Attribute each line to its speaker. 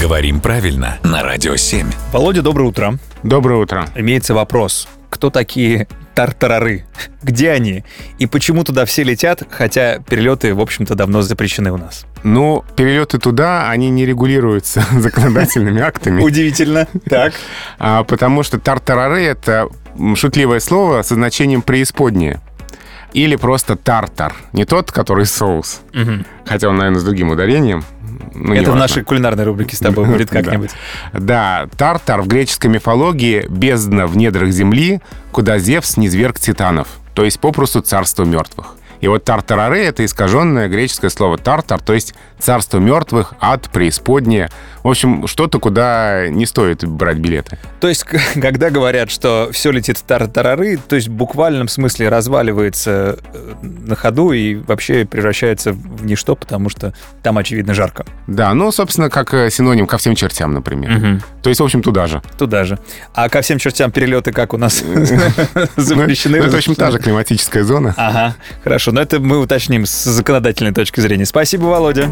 Speaker 1: Говорим правильно на Радио 7.
Speaker 2: Володя, доброе утро.
Speaker 3: Доброе утро.
Speaker 2: Имеется вопрос. Кто такие тартарары? Где они? И почему туда все летят, хотя перелеты, в общем-то, давно запрещены у нас?
Speaker 3: Ну, перелеты туда, они не регулируются законодательными актами,
Speaker 2: Удивительно. Так.
Speaker 3: а, потому что тартарары — это шутливое слово со значением «преисподнее». Или просто тартар. Не тот, который соус. Хотя он, наверное, с другим ударением. Ну,
Speaker 2: Это в
Speaker 3: неважно.
Speaker 2: нашей кулинарной рубрике с тобой будет
Speaker 3: Да.
Speaker 2: как-нибудь.
Speaker 3: Да, Тартар в греческой мифологии — бездна в недрах земли, куда Зевс низверг титанов, то есть попросту царство мертвых. И вот тартарары — это искаженное греческое слово «тартар», то есть царство мертвых, ад, преисподнее. В общем, что-то, куда не стоит брать билеты.
Speaker 2: То есть, к- когда говорят, что все летит в тартарары, то есть в буквальном смысле разваливается э, на ходу и вообще превращается в ничто, потому что там, очевидно, жарко.
Speaker 3: Да, ну, собственно, как э, синоним ко всем чертям, например. То есть, в общем, туда же.
Speaker 2: Туда же. А ко всем чертям перелеты, как у нас
Speaker 3: Ну,
Speaker 2: запрещены.
Speaker 3: это, в общем, та же климатическая зона.
Speaker 2: Ага, хорошо. Но это мы уточним с законодательной точки зрения. Спасибо, Володя.